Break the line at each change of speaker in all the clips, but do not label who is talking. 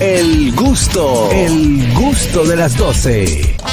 El gusto, el gusto de las 12.
Eso.
Ah,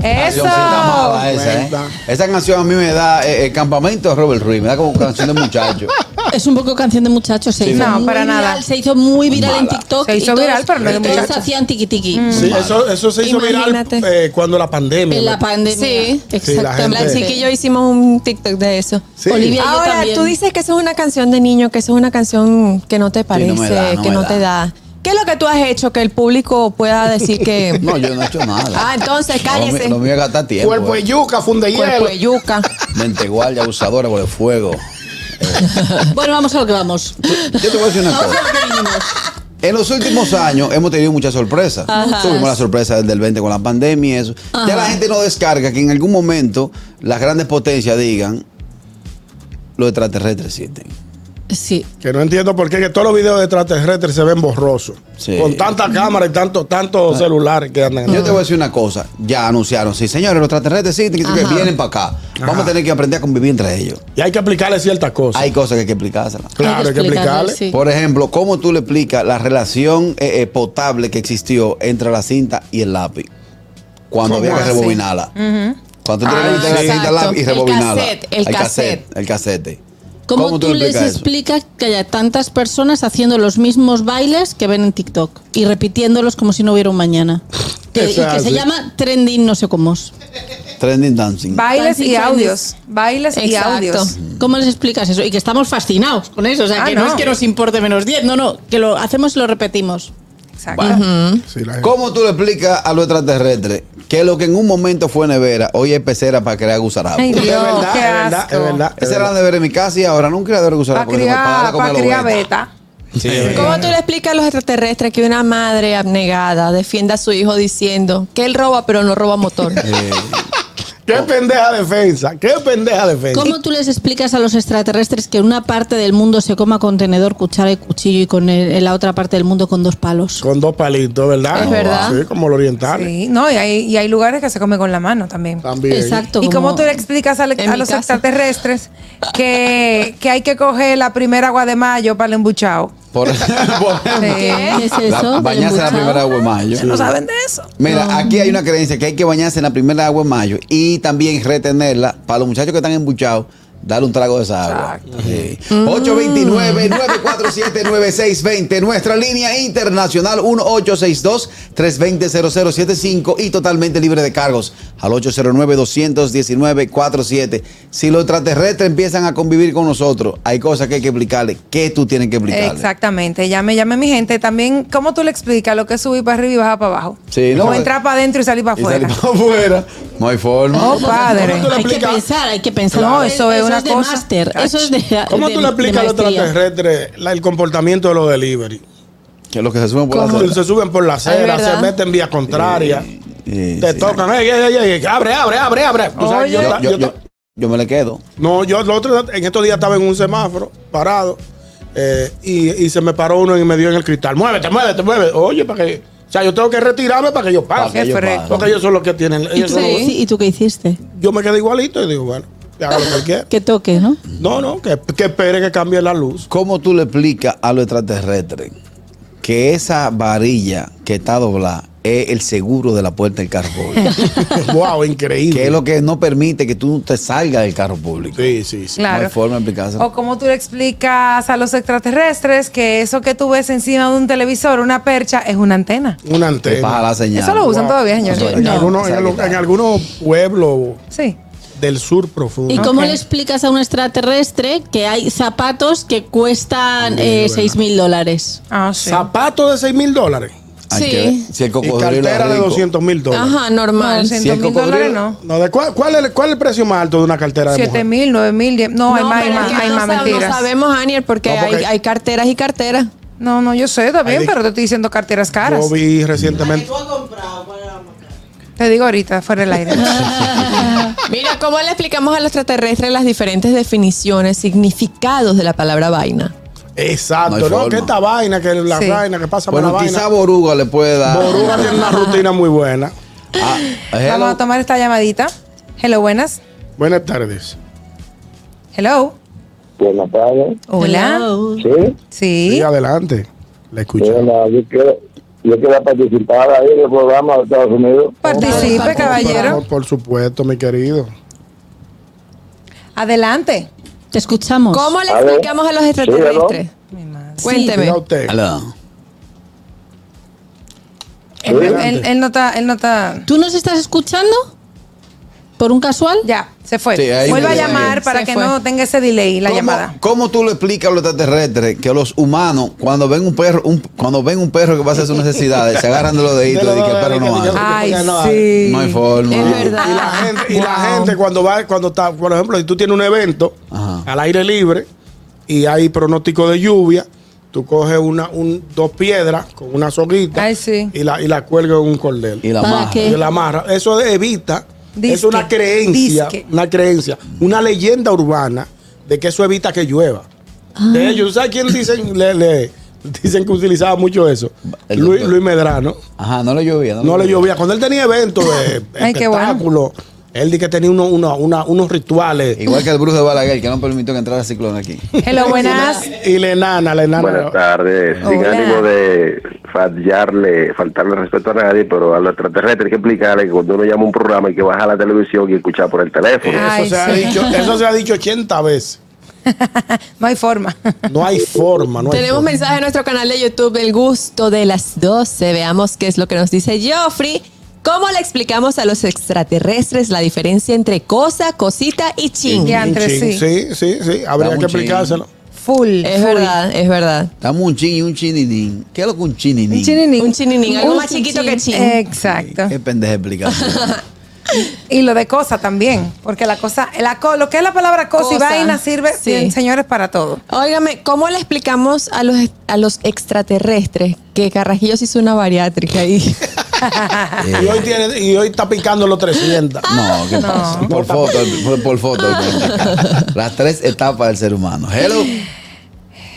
Cancioncita mala esa, ¿eh?
Verdad.
Esa canción a mí me da eh, el campamento de Robert Ruiz, me da como canción de muchacho.
Es un poco canción de muchachos. Se
Sí.
hizo
No,
muy
para
viral,
nada.
Se hizo muy viral en
Mala.
TikTok.
Se hizo
y todos-
viral, pero no de
y todos
muchachos.
hacían tiki tiki.
Sí, eso, eso se hizo
Imagínate.
viral eh, cuando la pandemia.
En la pandemia.
Sí.
La
La
exactamente.
gente-
chica y yo hicimos un TikTok de eso.
Sí.
Olivia, yo
Ahora,
también.
tú dices que eso es una canción de niño, que eso es una canción que no te
no
parece,
me da, no
que
me
no
da.
te da. ¿Qué es lo que tú has hecho que el público pueda decir que...
No, yo no he hecho nada.
Ah, entonces,
No, mi-
cállese.
No, me voy a gastar tiempo.
Cuerpo de
eh.
yuca, funde
Cuerpo
hielo.
de yuca.
Mentegual y abusadora por el fuego.
Bueno, vamos a lo que vamos.
Yo te voy a decir una cosa. En los últimos años hemos tenido muchas sorpresas. Tuvimos la sorpresa del del 20 con la pandemia y eso. Ya la gente no descarga que en algún momento las grandes potencias digan los extraterrestres existen.
Sí.
Que no entiendo por qué que todos los videos de extraterrestres se ven borrosos.
Sí. Ah.
Con tanta cámara y tanto- tantos celulares que andan.
Yo te voy a decir una cosa. Ya anunciaron, sí, señores, los extraterrestres existen, que- que
Ajá.
vienen para acá. Vamos a tener que aprender a convivir entre ellos.
Y hay que aplicarle ciertas cosas.
Hay cosas que hay que explicárselas.
claro, hay que
explicarlo,
aplicarle.
sí.
Por ejemplo, ¿cómo tú le explicas la relación eh, eh, potable que existió entre la cinta y el lápiz? Cuando
¿Cómo
había que
así?
rebobinarla. Cuando tú
Ah,
tenías que meter la cinta al
exacto.
lápiz y
El
rebobinarla.
cassette, el cassette.
El casete.
¿Cómo, tú, les explicas que haya tantas personas haciendo los mismos bailes que ven en TikTok y repitiéndolos como si no hubiera un mañana? Que, y
Eso es
que se
así.
llama trending no sé cómo.
Trending dancing.
Bailes y
Fancy
audios. Bailes y audios.
¿Cómo les explicas eso? Y que estamos fascinados con eso. O sea,
Ah,
que no.
no.
es que nos importe menos 10. No, no, que lo hacemos y lo repetimos.
Exacto.
¿Mm? Sí, la gente-
¿Cómo tú le explicas a los extraterrestres que lo que en un momento fue nevera, hoy es pecera para crear gusarapo? Ah,
Ay,
Es
Dios,
verdad,
qué
es verdad,
asco.
es verdad. es
Esa era la
verdad.
nevera en mi casa y ahora no un creador de
Para
gusarapo. que se fue
criar,
la comida
para
a los
criar
betas.
beta.
Sí, es verdad.
¿Cómo tú le explicas a los extraterrestres que una madre abnegada defienda a su hijo diciendo que él roba pero no roba motor?
Qué pendeja defensa. Qué pendeja defensa.
¿Cómo tú les explicas a los extraterrestres que una parte del mundo se coma con tenedor, cuchara y cuchillo y con el- en la otra parte del mundo con dos palos?
Con dos palitos, ¿verdad?
Es verdad.
Sí, como los orientales.
Sí, no, y hay, y hay lugares que se come con la mano también.
También.
Exacto.
¿Y
como-
cómo tú le explicas a, le-
En
a
mi
los
casa.
extraterrestres que, que hay que coger la primera agua de mayo para el embuchado?
Por, por-
¿Qué?
¿Qué es eso?
La- bañarse en la
¿Embuchado?
primera agua de mayo.
No saben de eso.
Mira, aquí hay una creencia que hay que bañarse en la primera agua en mayo y también retenerla para los muchachos que están embuchados. Darle un trago de esa agua. Sí.
Mm.
829-947-9620. Nuestra línea internacional 1862-320-0075 y totalmente libre de cargos al 809-219-47. Si los extraterrestres empiezan a convivir con nosotros, hay cosas que hay que explicarle. ¿Qué tú tienes que explicarle?
Exactamente, llame, llame mi gente. También, ¿cómo tú le explicas lo que es subir para arriba y bajar para abajo?
Sí, no,
o
pues-
entrar para adentro y salir para
Y salir
afuera.
para afuera. No hay forma.
Oh, padre.
tú le
Hay que
explicas?
pensar, hay que pensar.
No, eso es una
de
cosa.
máster, Eso es de.
¿Cómo
de-
tú le explicas a los
de maestría.
extraterrestres la- el comportamiento de los delivery?
Que los que se suben por la
Como
acera.
se suben por la acera,
verdad.
se meten vía contraria,
Eh,
te
sí.
tocan, "Ey, ey, ey, ey, abre, abre, abre, abre. Tú sabes, yo
Yo,
ta-
yo-
yo
yo-
ta-
yo me le quedo.
no, yo el otro día- en estos días estaba en un semáforo, parado, eh, y, y se me paró uno y me dio en el cristal. Muévete, muévete, muévete. Oye, para que. O sea, yo tengo que retirarme para que yo
Pa' que
pase.
yo
fresco.
pare.
Porque ellos son los que tienen.
¿Y
ellos
tú,
son
qué
los-
hici- y tú qué hiciste?
yo me quedé igualito y digo, bueno, que haga lo que él quiera.
Que toque, ¿no?
No, no, que, que espere que cambie la luz.
¿Cómo tú le explicas a los extraterrestres que esa varilla que está doblada es el seguro de la puerta del carro público?
wow, increíble.
que es lo que no permite que tú te salgas del carro público.
Sí, sí, sí.
Claro.
No hay forma de explicárselo.
O como tú le explicas a los extraterrestres que eso que tú ves encima de un televisor, una percha, es una antena.
Una
Te baja
antena.
la señal.
Eso lo usan
Wow.
todavía,
Eso
señores.
es.
En,
No,
algunos, en,
esa
algu-
guitarra.
en algunos pueblos
Sí.
del sur profundo.
¿Y
Ah,
cómo
Ok.
le explicas a un extraterrestre que hay zapatos que cuestan eh, 6 mil dólares?
Ah, sí.
Zapatos de 6 mil dólares.
Hay
Sí.
que ver si el
Y
cocodrilo es
cartera de
rico.
200 mil dólares.
Ajá,
No,
normal.
200
Si el
mil dólares no.
No, ¿de cuál, cuál, es, el- ¿Cuál es el precio más alto de una cartera de
7
mujer?
mil, 9 mil, 10. No, hay más, hay
pero
más,
es que
hay
no
más
sab- no
mentiras.
sabemos, Aniel, porque,
No, porque-
Hay, hay carteras y carteras.
No, no, yo sé, está bien,
de-
pero te estoy diciendo carteras caras.
Yo vi recientemente.
Te digo ahorita, fuera del aire.
Mira, ¿cómo le explicamos a los extraterrestres las diferentes definiciones, significados de la palabra vaina?
No
Exacto,
hay
¿no?
forma.
Que esta vaina, que la
Sí.
vaina, que pasa
Bueno,
por la
quizá
vaina.
Boruga le puede dar.
Boruga tiene una rutina muy buena.
Ah, hello.
Vamos a tomar esta llamadita. Hello, buenas.
Buenas tardes.
Hello.
Buenas tardes.
Hola.
Hello.
Sí,
Sí.
Sí, adelante. La escuché.
hola, yo quiero, yo quiero participar ahí en el programa de Estados Unidos.
Participe, pues, caballero.
Por supuesto, mi querido.
Adelante.
Te escuchamos.
¿Cómo le
A ver.
explicamos a los extraterrestres?
Mi madre.
Cuénteme.
Mira usted.
Aló.
Él, él- él no está, él no está.
¿Tú nos estás escuchando? ¿Por un casual?
Ya, se fue.
Sí, ahí
Vuelva a
se-
llamar para
se
que
fue.
no tenga ese delay la
¿Cómo-
llamada.
¿Cómo tú le explicas a los extraterrestres que los humanos, cuando ven un perro, un- cuando ven un perro que va a hacer sus necesidades, se agarran de los deditos y que el perro no hace?
Ay,
No,
sí.
No hay forma.
Es
Y
verdad.
la gente, y la
Wow.
gente cuando va, cuando está, por ejemplo, si tú tienes un evento
Ajá.
al aire libre y hay pronóstico de lluvia, tú coges una, un, dos piedras con una soguita
Ay, sí.
y la, y la cuelgas en un cordel.
Y la
¿Para
maja.
qué?
Y la amarra. Eso evita,
Disque.
es una creencia,
Disque.
una creencia, una leyenda urbana de que eso evita que llueva. De ellos, ¿sabes quién dicen? Le, le- dicen que utilizaba mucho eso.
El
Luis,
doctor.
Luis Medrano.
Ajá, no le llovía.
No le llovía. Cuando él tenía eventos, eh,
Ay, qué bueno.
espectáculos, él di que tenía uno- uno- una- unos rituales.
Igual que el brujo de Balaguer, que no permitió que entrara el ciclón aquí.
Hello, buenas.
Y la enana, la enana.
Buenas tardes. Sin
Hola.
ánimo de fallarle, faltarle respeto a nadie, pero a los extraterrestres hay que explicarle que cuando uno llama a un programa hay que bajar la televisión y escuchar por el teléfono.
Ay,
Eso, se ha
sí.
dicho, eso se ha dicho 80 veces.
No hay forma.
No hay forma. No hay
Tenemos
forma.
mensaje en nuestro canal de YouTube, El Gusto de las 12. Veamos qué es lo que nos dice Geoffrey. ¿Cómo le explicamos a los extraterrestres la diferencia entre cosa, cosita y ching?
Ya.
Un
Entre
chin.
sí.
Sí, sí, sí.
Dame
Habría que
un chin.
explicárselo.
Full.
Es
full.
verdad, es verdad.
Dame un chin y un chininín. ¿Qué es lo que un chininín?
Un chininín.
Un chininín, algo
Un
más chiquito que ching.
Exacto.
Qué pendeja explicación.
Y lo de cosa también, porque la cosa, la co- lo que es la palabra cosa, y
Cosa,
vaina sirve,
sí.
bien, señores, para todo.
Óigame, ¿cómo le explicamos a los, a los extraterrestres que Carrajillos hizo una bariátrica ahí?
Ah.
Y hoy, tiene, y hoy está picando los 300.
No, ¿qué pasa? Por foto, fue por foto. Las tres etapas del ser humano. Hello.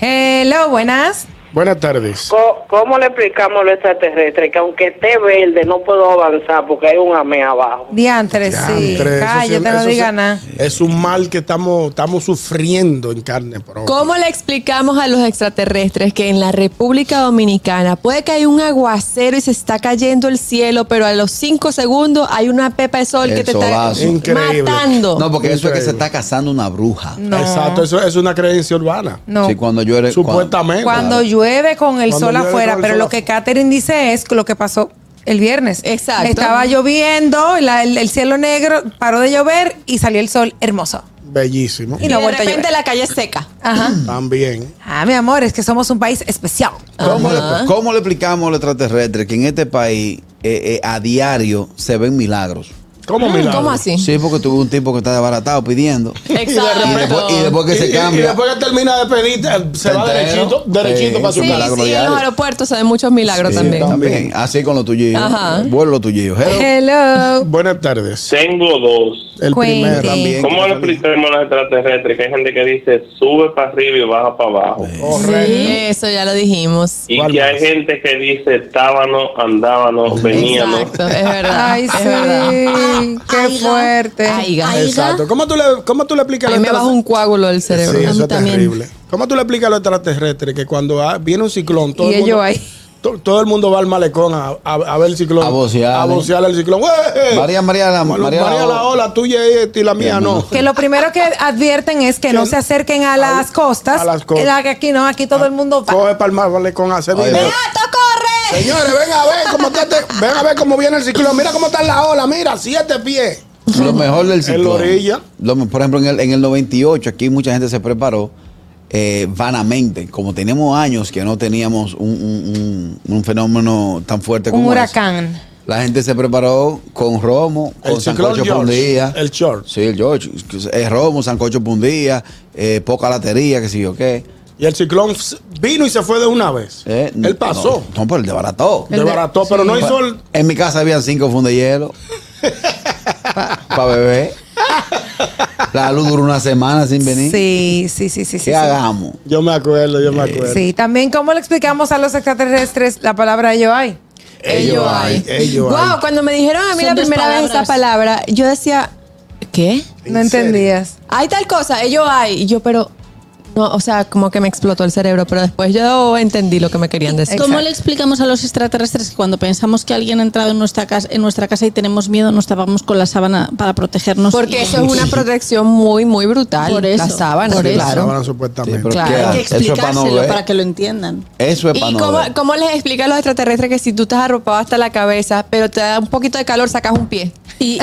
Hello, buenas.
Buenas tardes.
Co- ¿Cómo le explicamos a los extraterrestres que aunque esté verde no puedo avanzar porque hay un ame abajo?
Diantres, Pues sí.
Diantre, eso sí,
Cállate, no
eso
diga
sí,
nada.
Es un mal que estamos, estamos sufriendo en carne propia.
¿Cómo le explicamos a los extraterrestres que en la República Dominicana puede que hay un aguacero y se está cayendo el cielo, pero a los cinco segundos hay una pepa de sol
El
que te
solazo.
está
Increíble.
matando?
No, porque eso es que se
Increíble.
está casando una bruja.
No.
Exacto, eso es una creencia urbana.
No.
Sí, cuando yo era-
Supuestamente.
Cuando llueve con el
Cuando
sol
llueve
afuera,
con el
pero
sol
lo que
afuera.
Katherine dice es lo que pasó el viernes.
Exacto.
Estaba lloviendo, la- el, el cielo negro paró de llover y salió el sol hermoso.
Bellísimo.
Y
Y
no
de
vuelta a
repente
llover.
la calle es seca.
Ajá.
También.
Ah, mi amor, es que somos un país especial.
¿Cómo le, cómo le explicamos a los extraterrestres que en este país eh, eh, a diario se ven milagros?
¿Cómo,
Mm,
milagro?
¿Cómo así?
Sí, porque tuve un tipo que está desbaratado pidiendo.
Exacto.
Y después, y después que
Y-
se
y-
cambia.
Y después que termina de pedir, eh, se
Te
va
entero.
derechito, derechito
Sí,
para su
sí.
Sí,
casa.
milagro
sí, en
diario.
los aeropuertos se ven muchos milagros
Sí,
también.
también. Así con los tuyos.
Ajá. Eh,
Vuelvo los tuyos. Hello.
Hello.
Buenas tardes.
Tengo dos.
El
Cuente.
Eh,
primero también.
¿Cómo le explicamos a los extraterrestres que hay gente que dice sube para arriba y baja para abajo?
Correcto.
Eso ya lo dijimos.
Y
¿Cuál
que hay
más?
gente que dice estábamos, andábamos, veníamos.
Exacto, es verdad.
Ay,
es
sí.
verdad.
Qué
Aiga.
fuerte.
Aiga.
Aiga.
Exacto. ¿Cómo tú le, cómo tú le explicas
A mí me baja un coágulo del cerebro.
Sí,
A mí
eso es
también.
terrible. ¿Cómo tú le explicas a los extraterrestres que cuando ah, viene un ciclón, todo,
Y
el mundo,
ellos ahí.
to- todo el mundo va al malecón a, a- a ver el ciclón?
A vocear. ¿eh?
A vocear el ciclón. ¡Wey!
María, María, la-
María,
María, la-
la ola, tuya es esta y la mía no.
Que lo primero que advierten es que no se acerquen a las costas.
a las costas.
La que Aquí no, aquí todo el mundo va.
Coge para el malecón a hacer
Ay,
video.
Dios.
¡Gato, corre!
Señores, ven a ver cómo está este- ven a ver cómo viene el ciclón. Mira cómo está la ola, mira, siete pies.
Lo mejor del ciclón.
En la orilla.
Lo me- por ejemplo, en el, en el 98, aquí mucha gente se preparó eh, vanamente. Como tenemos años que no teníamos un, un- un- un fenómeno tan fuerte
Un
como
huracán.
ese, La gente se preparó con romo,
El
con
ciclón
sancocho
George,
pundía.
el George.
Sí, el George. Es romo, sancocho pundía, eh, poca latería, que sé yo qué.
Y el ciclón s- vino y se fue de una vez.
Eh,
Él pasó.
No, no, pero el de barato.
Desbarató, pero no hizo el.
En mi casa habían cinco fundos de hielo. Para beber. La luz duró una semana sin venir.
Sí, sí, sí, sí. sí,
¿Qué
sí.
hagamos?
Yo me acuerdo, yo me acuerdo.
Sí, también cómo le explicamos a los extraterrestres la palabra yo hay.
Ello hay. Ello
Wow,
hay.
cuando me dijeron a mí la
Son dos
primera vez esa
palabras.
palabra, yo decía, ¿qué?
No
¿En serio?
entendías.
Hay tal cosa, ello hay. Y yo, pero, No, o sea, como que me explotó el cerebro, pero después yo entendí lo que me querían decir.
¿Cómo le explicamos a los extraterrestres que cuando pensamos que alguien ha entrado en nuestra casa, en nuestra casa y tenemos miedo, nos tapamos con la sábana para protegernos?
Porque eso es una protección muy, muy brutal.
Por eso,
la sábana,
por eso.
claro.
Sábana, supuestamente.
Sí, pero
Claro.
¿qué
Hay
Hay
hace?
que
Eso es para ¿eh? no
explicárselo
ver.
para que lo entiendan.
Eso es para
¿Y
no
cómo,
ver.
cómo les explica a los extraterrestres que si tú estás arropado hasta la cabeza, pero te da un poquito de calor, sacas un pie?
Y,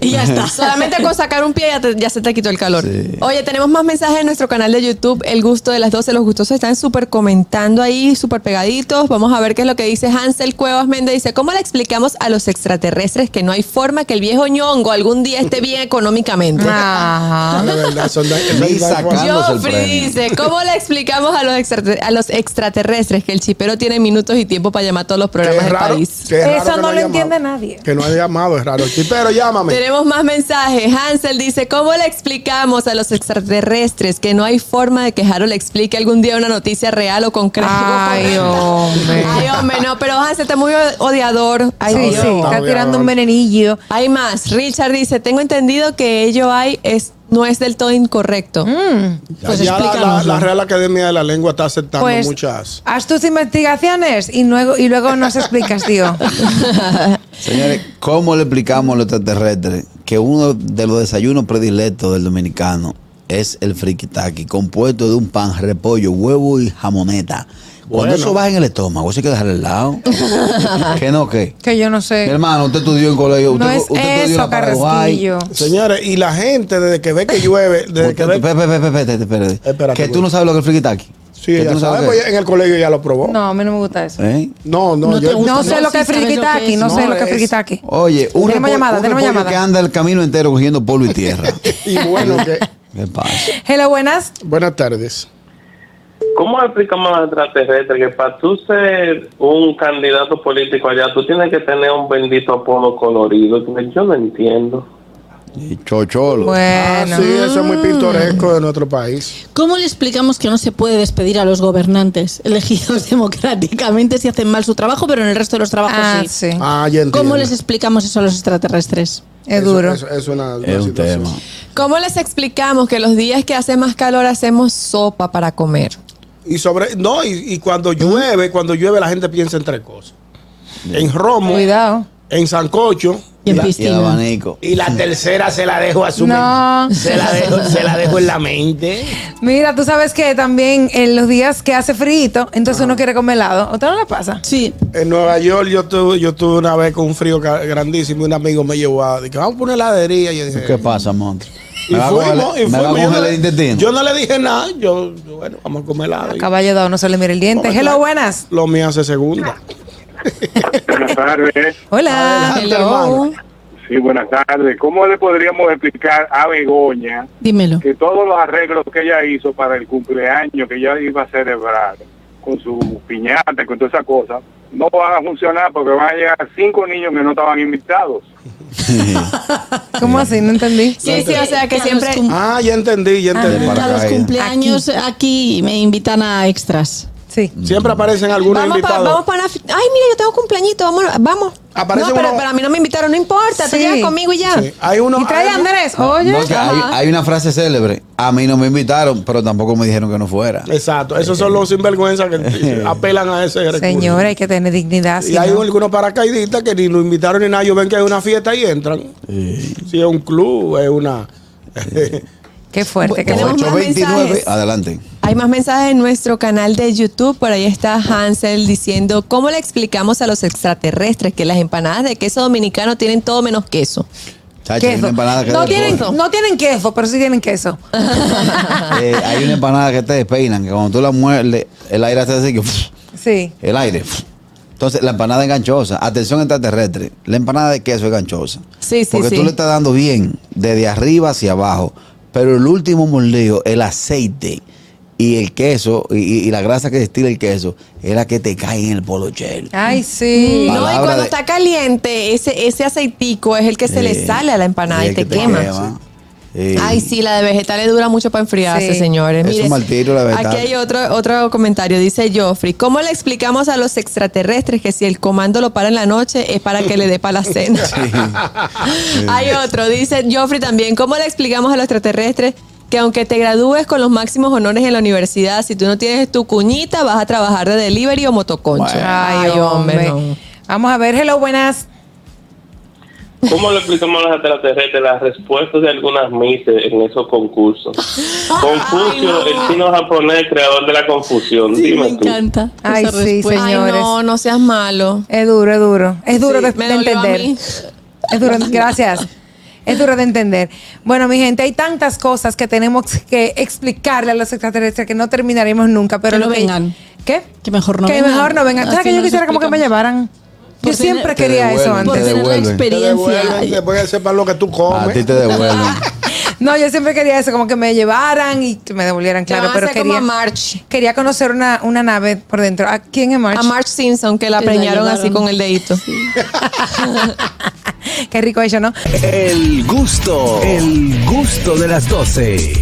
y ya está.
Ah. Solamente con sacar un pie ya, te- ya se te quitó el calor.
Sí.
Oye, tenemos más mensajes en nuestro canal de YouTube, El Gusto de las 12. Los gustosos están súper comentando ahí, súper pegaditos. Vamos a ver qué es lo que dice Hansel Cuevas Méndez. Dice, ¿cómo le explicamos a los extraterrestres que no hay forma que el viejo ñongo algún día esté bien económicamente?
Ah. Ajá.
Ah, De verdad, son de-
Ni
de- de-
sacar- Dándose el
Joffrey
premio.
dice, ¿cómo le explicamos a los, extrate- a los extraterrestres que el chipero tiene minutos y tiempo para llamar a todos los
que
programas
es
del
raro,
país?
que es raro
Eso
que
no
haya
lo entiende
llamado.
nadie.
Que no haya llamado, es raro. Sí, pero llámame.
Tenemos más mensajes. Hansel dice, ¿cómo le explicamos a los extraterrestres que no hay forma de que Harold explique algún día una noticia real o concreta?
Ay, hombre.
Ay, hombre, no, pero Hansel está muy odiador. Ay,
Sí,
Dios.
sí,
Está
está
muy
tirando
grabando.
un venenillo.
Hay más. Richard dice, tengo entendido que ello hay es, no es del todo incorrecto.
Mm.
Pues
ya la, la,
explícanoslo.
la Real Academia de la Lengua está aceptando
Pues
muchas.
haz tus investigaciones y luego, y luego nos explicas, tío.
Señores, ¿cómo le explicamos a los extraterrestres que uno de los desayunos predilectos del dominicano es el friquitaki, compuesto de un pan, repollo, huevo y jamoneta? Cuando
Bueno.
eso baja en el estómago, eso hay que dejarlo al lado. ¿Qué no qué?
Que yo no
Mi
sé.
hermano, usted estudió en colegio. Usted,
No es
usted estudió en la
eso,
Paraguay.
Carrasquillo.
Señores, y la gente desde que ve que llueve, desde que
Usted-
ve.
espérate, espérate, espérate, espérate.
Espérate,
Que tú
güey.
no sabes lo que es el friquitaki.
Sí,
Que tú
ya
no sabes
sabes,
lo que
pues en el colegio ya lo probó.
No, a mí no me gusta eso.
es. ¿Eh?
no, no,
No te
yo-
gusta.
No sé lo
sí
que es
sabes lo que
friquitaki,
es.
no sé
No,
lo que es
es- Oh.
friquitaki.
Oye, un,
Tenemos
repo-
llamada,
un
tenemos
repollo
llamada.
que anda el camino entero cogiendo polvo y tierra.
Y bueno, que.
¿Qué pasa?
Hello, buenas.
Buenas tardes.
¿Cómo explicamos a los extraterrestres que para tú ser un candidato político allá, tú tienes que tener un bendito apodo colorido? Yo no entiendo.
Y Chocholo.
Ah,
Bueno.
sí, eso es muy pintoresco de nuestro país.
¿Cómo le explicamos que no se puede despedir a los gobernantes elegidos democráticamente si hacen mal su trabajo, pero en el resto de los trabajos
Ah,
sí?
sí.
Ah, ya entiendo.
¿Cómo les explicamos eso a los extraterrestres?
Es
Eso-
duro.
Eso, eso es una, una
es un
situación.
tema.
¿Cómo les explicamos que los días que hace más calor hacemos sopa para comer?
Y sobre. No, y, y cuando llueve, cuando llueve la gente piensa en tres cosas: en romo,
Cuidado.
en sancocho.
Y en
la- el
piscina.
abanico.
Y la tercera se la dejo a su
No.
mente. Se la dejo, se la dejo en la mente.
Mira, tú sabes que también en los días que hace frío, entonces uno quiere comer helado. ¿O te no le pasa?
Sí,
En Nueva York yo tuve, yo tuve una vez con un frío ca- grandísimo y un amigo me llevó a dije, vamos a poner heladería y yo dije,
¿Qué pasa, monstruo?
y
Me va a
fuimos, y
coger- me va a
fuimos. Yo no
coger el
le-
intestino.
Yo no le dije nada, yo, yo, bueno, vamos a comer helado. Y
Caballo dado, no se le mira el diente.
vamos a
Hello,
comer.
buenas.
Lo mío hace segunda.
Buenas tardes.
Hola.
Adelante, hermano.
Sí, buenas tardes. ¿Cómo le podríamos explicar a Begoña
dímelo.
que todos los arreglos que ella hizo para el cumpleaños que ella iba a celebrar con su piñata, con todas esas cosas, no van a funcionar porque van a llegar cinco niños que no estaban invitados?
¿Cómo así? No entendí.
Sí, sí, o sea que
Claro,
siempre...
es cum-
Ah, ya entendí, ya entendí.
a los
Paracaídas.
cumpleaños aquí me invitan a extras.
Sí.
Siempre aparecen algunos
Vamos para
invitados.
vamos pa una fi- Ay, mira, yo tengo cumpleañito, vamos. vamos.
Aparece
no, pero,
uno-
pero a mí no me invitaron, no importa, tú
Sí.
llegas conmigo y ya.
Sí. Hay uno,
Y trae
hay uno-
a Andrés.
No,
Oye.
no, que hay, hay una frase célebre. A mí no me invitaron, pero tampoco me dijeron que no fuera.
Exacto, esos son los sinvergüenzas que apelan a ese recurso.
Señora, hay que tener dignidad. si
Y hay
no.
algunos paracaidistas que ni lo invitaron ni nada. Ellos ven que hay una fiesta y entran. Si es un club, es una.
Qué fuerte, qué
Tenemos
fuerte.
más
829.
mensajes.
Adelante.
Hay más mensajes en nuestro canal de YouTube. Por ahí está Hansel diciendo cómo le explicamos a los extraterrestres que las empanadas de queso dominicano tienen todo menos queso.
Chacho, hay
Queso.
una empanada que
No
te
tienen,
pone-
no tienen queso, pero sí tienen queso.
Eh, hay una empanada que te despeinan, que cuando tú la muerdes, el aire hace así que.
Sí.
El aire. Entonces, la empanada es ganchosa. Atención extraterrestre. La empanada de queso es ganchosa.
Sí, sí,
Porque
sí.
tú le estás dando bien, desde arriba hacia abajo. Pero el último moldeo, el aceite y el queso, y, y- y la grasa que destila el queso, es la que te cae en el polo shell.
Ay, sí.
no, y
Palabra
cuando
de-
está caliente, ese, ese aceitico es el que se le
Eh,
sale a la empanada
es
y
que
te, quema.
Eh,
Ay, sí, la de vegetales dura mucho para enfriarse,
Sí.
señores.
Es un martirio la vegetal.
Aquí hay otro, otro comentario, dice Joffrey. ¿Cómo le explicamos a los extraterrestres que si el comando lo para en la noche es para que le dé para la cena? hay otro, dice Joffrey también. ¿Cómo le explicamos a los extraterrestres que aunque te gradúes con los máximos honores en la universidad, si tú no tienes tu cuñita, vas a trabajar de delivery o motoconcho.
Ay, hombre. Vamos a ver, hello, buenas.
¿Cómo le explicamos a los extraterrestres las respuestas de algunas mises en esos concursos? Confucio, el chino japonés, creador de la confusión. Dime
me
tú.
encanta.
Ay,
esa
sí,
respuesta.
Ay,
señores.
no, no seas malo.
Es duro, es duro. Es duro
Sí,
de,
me
de
dolió a
entender.
mí.
Es duro, gracias. Es duro de entender. Bueno, mi gente, hay tantas cosas que tenemos que explicarle a los extraterrestres que no terminaremos nunca.
Que
Pero lo
no
que-
vengan.
¿Qué?
Que mejor no
que
vengan.
mejor no vengan.
Así
¿Sabes que yo
nos
quisiera como que me
explicamos.
llevaron? Yo
Por tener-
siempre
Te
quería eso
devuelven.
Por
antes.
tener la
devuelven.
Te devuelven
experiencia.
después de sepan lo que tú
A ti
comes.
Ah, te devuelven.
No, yo siempre quería eso, como que me llevaran y que me devolvieran,
Te
claro.
van a
Pero
hacer como
quería,
a March.
quería conocer una, una nave por dentro. ¿A quién es March?
A Marge Simpson, que la
Que la
preñaron así
llevaron.
con el dedito.
Qué rico eso, ¿no?
El gusto, el gusto de las 12.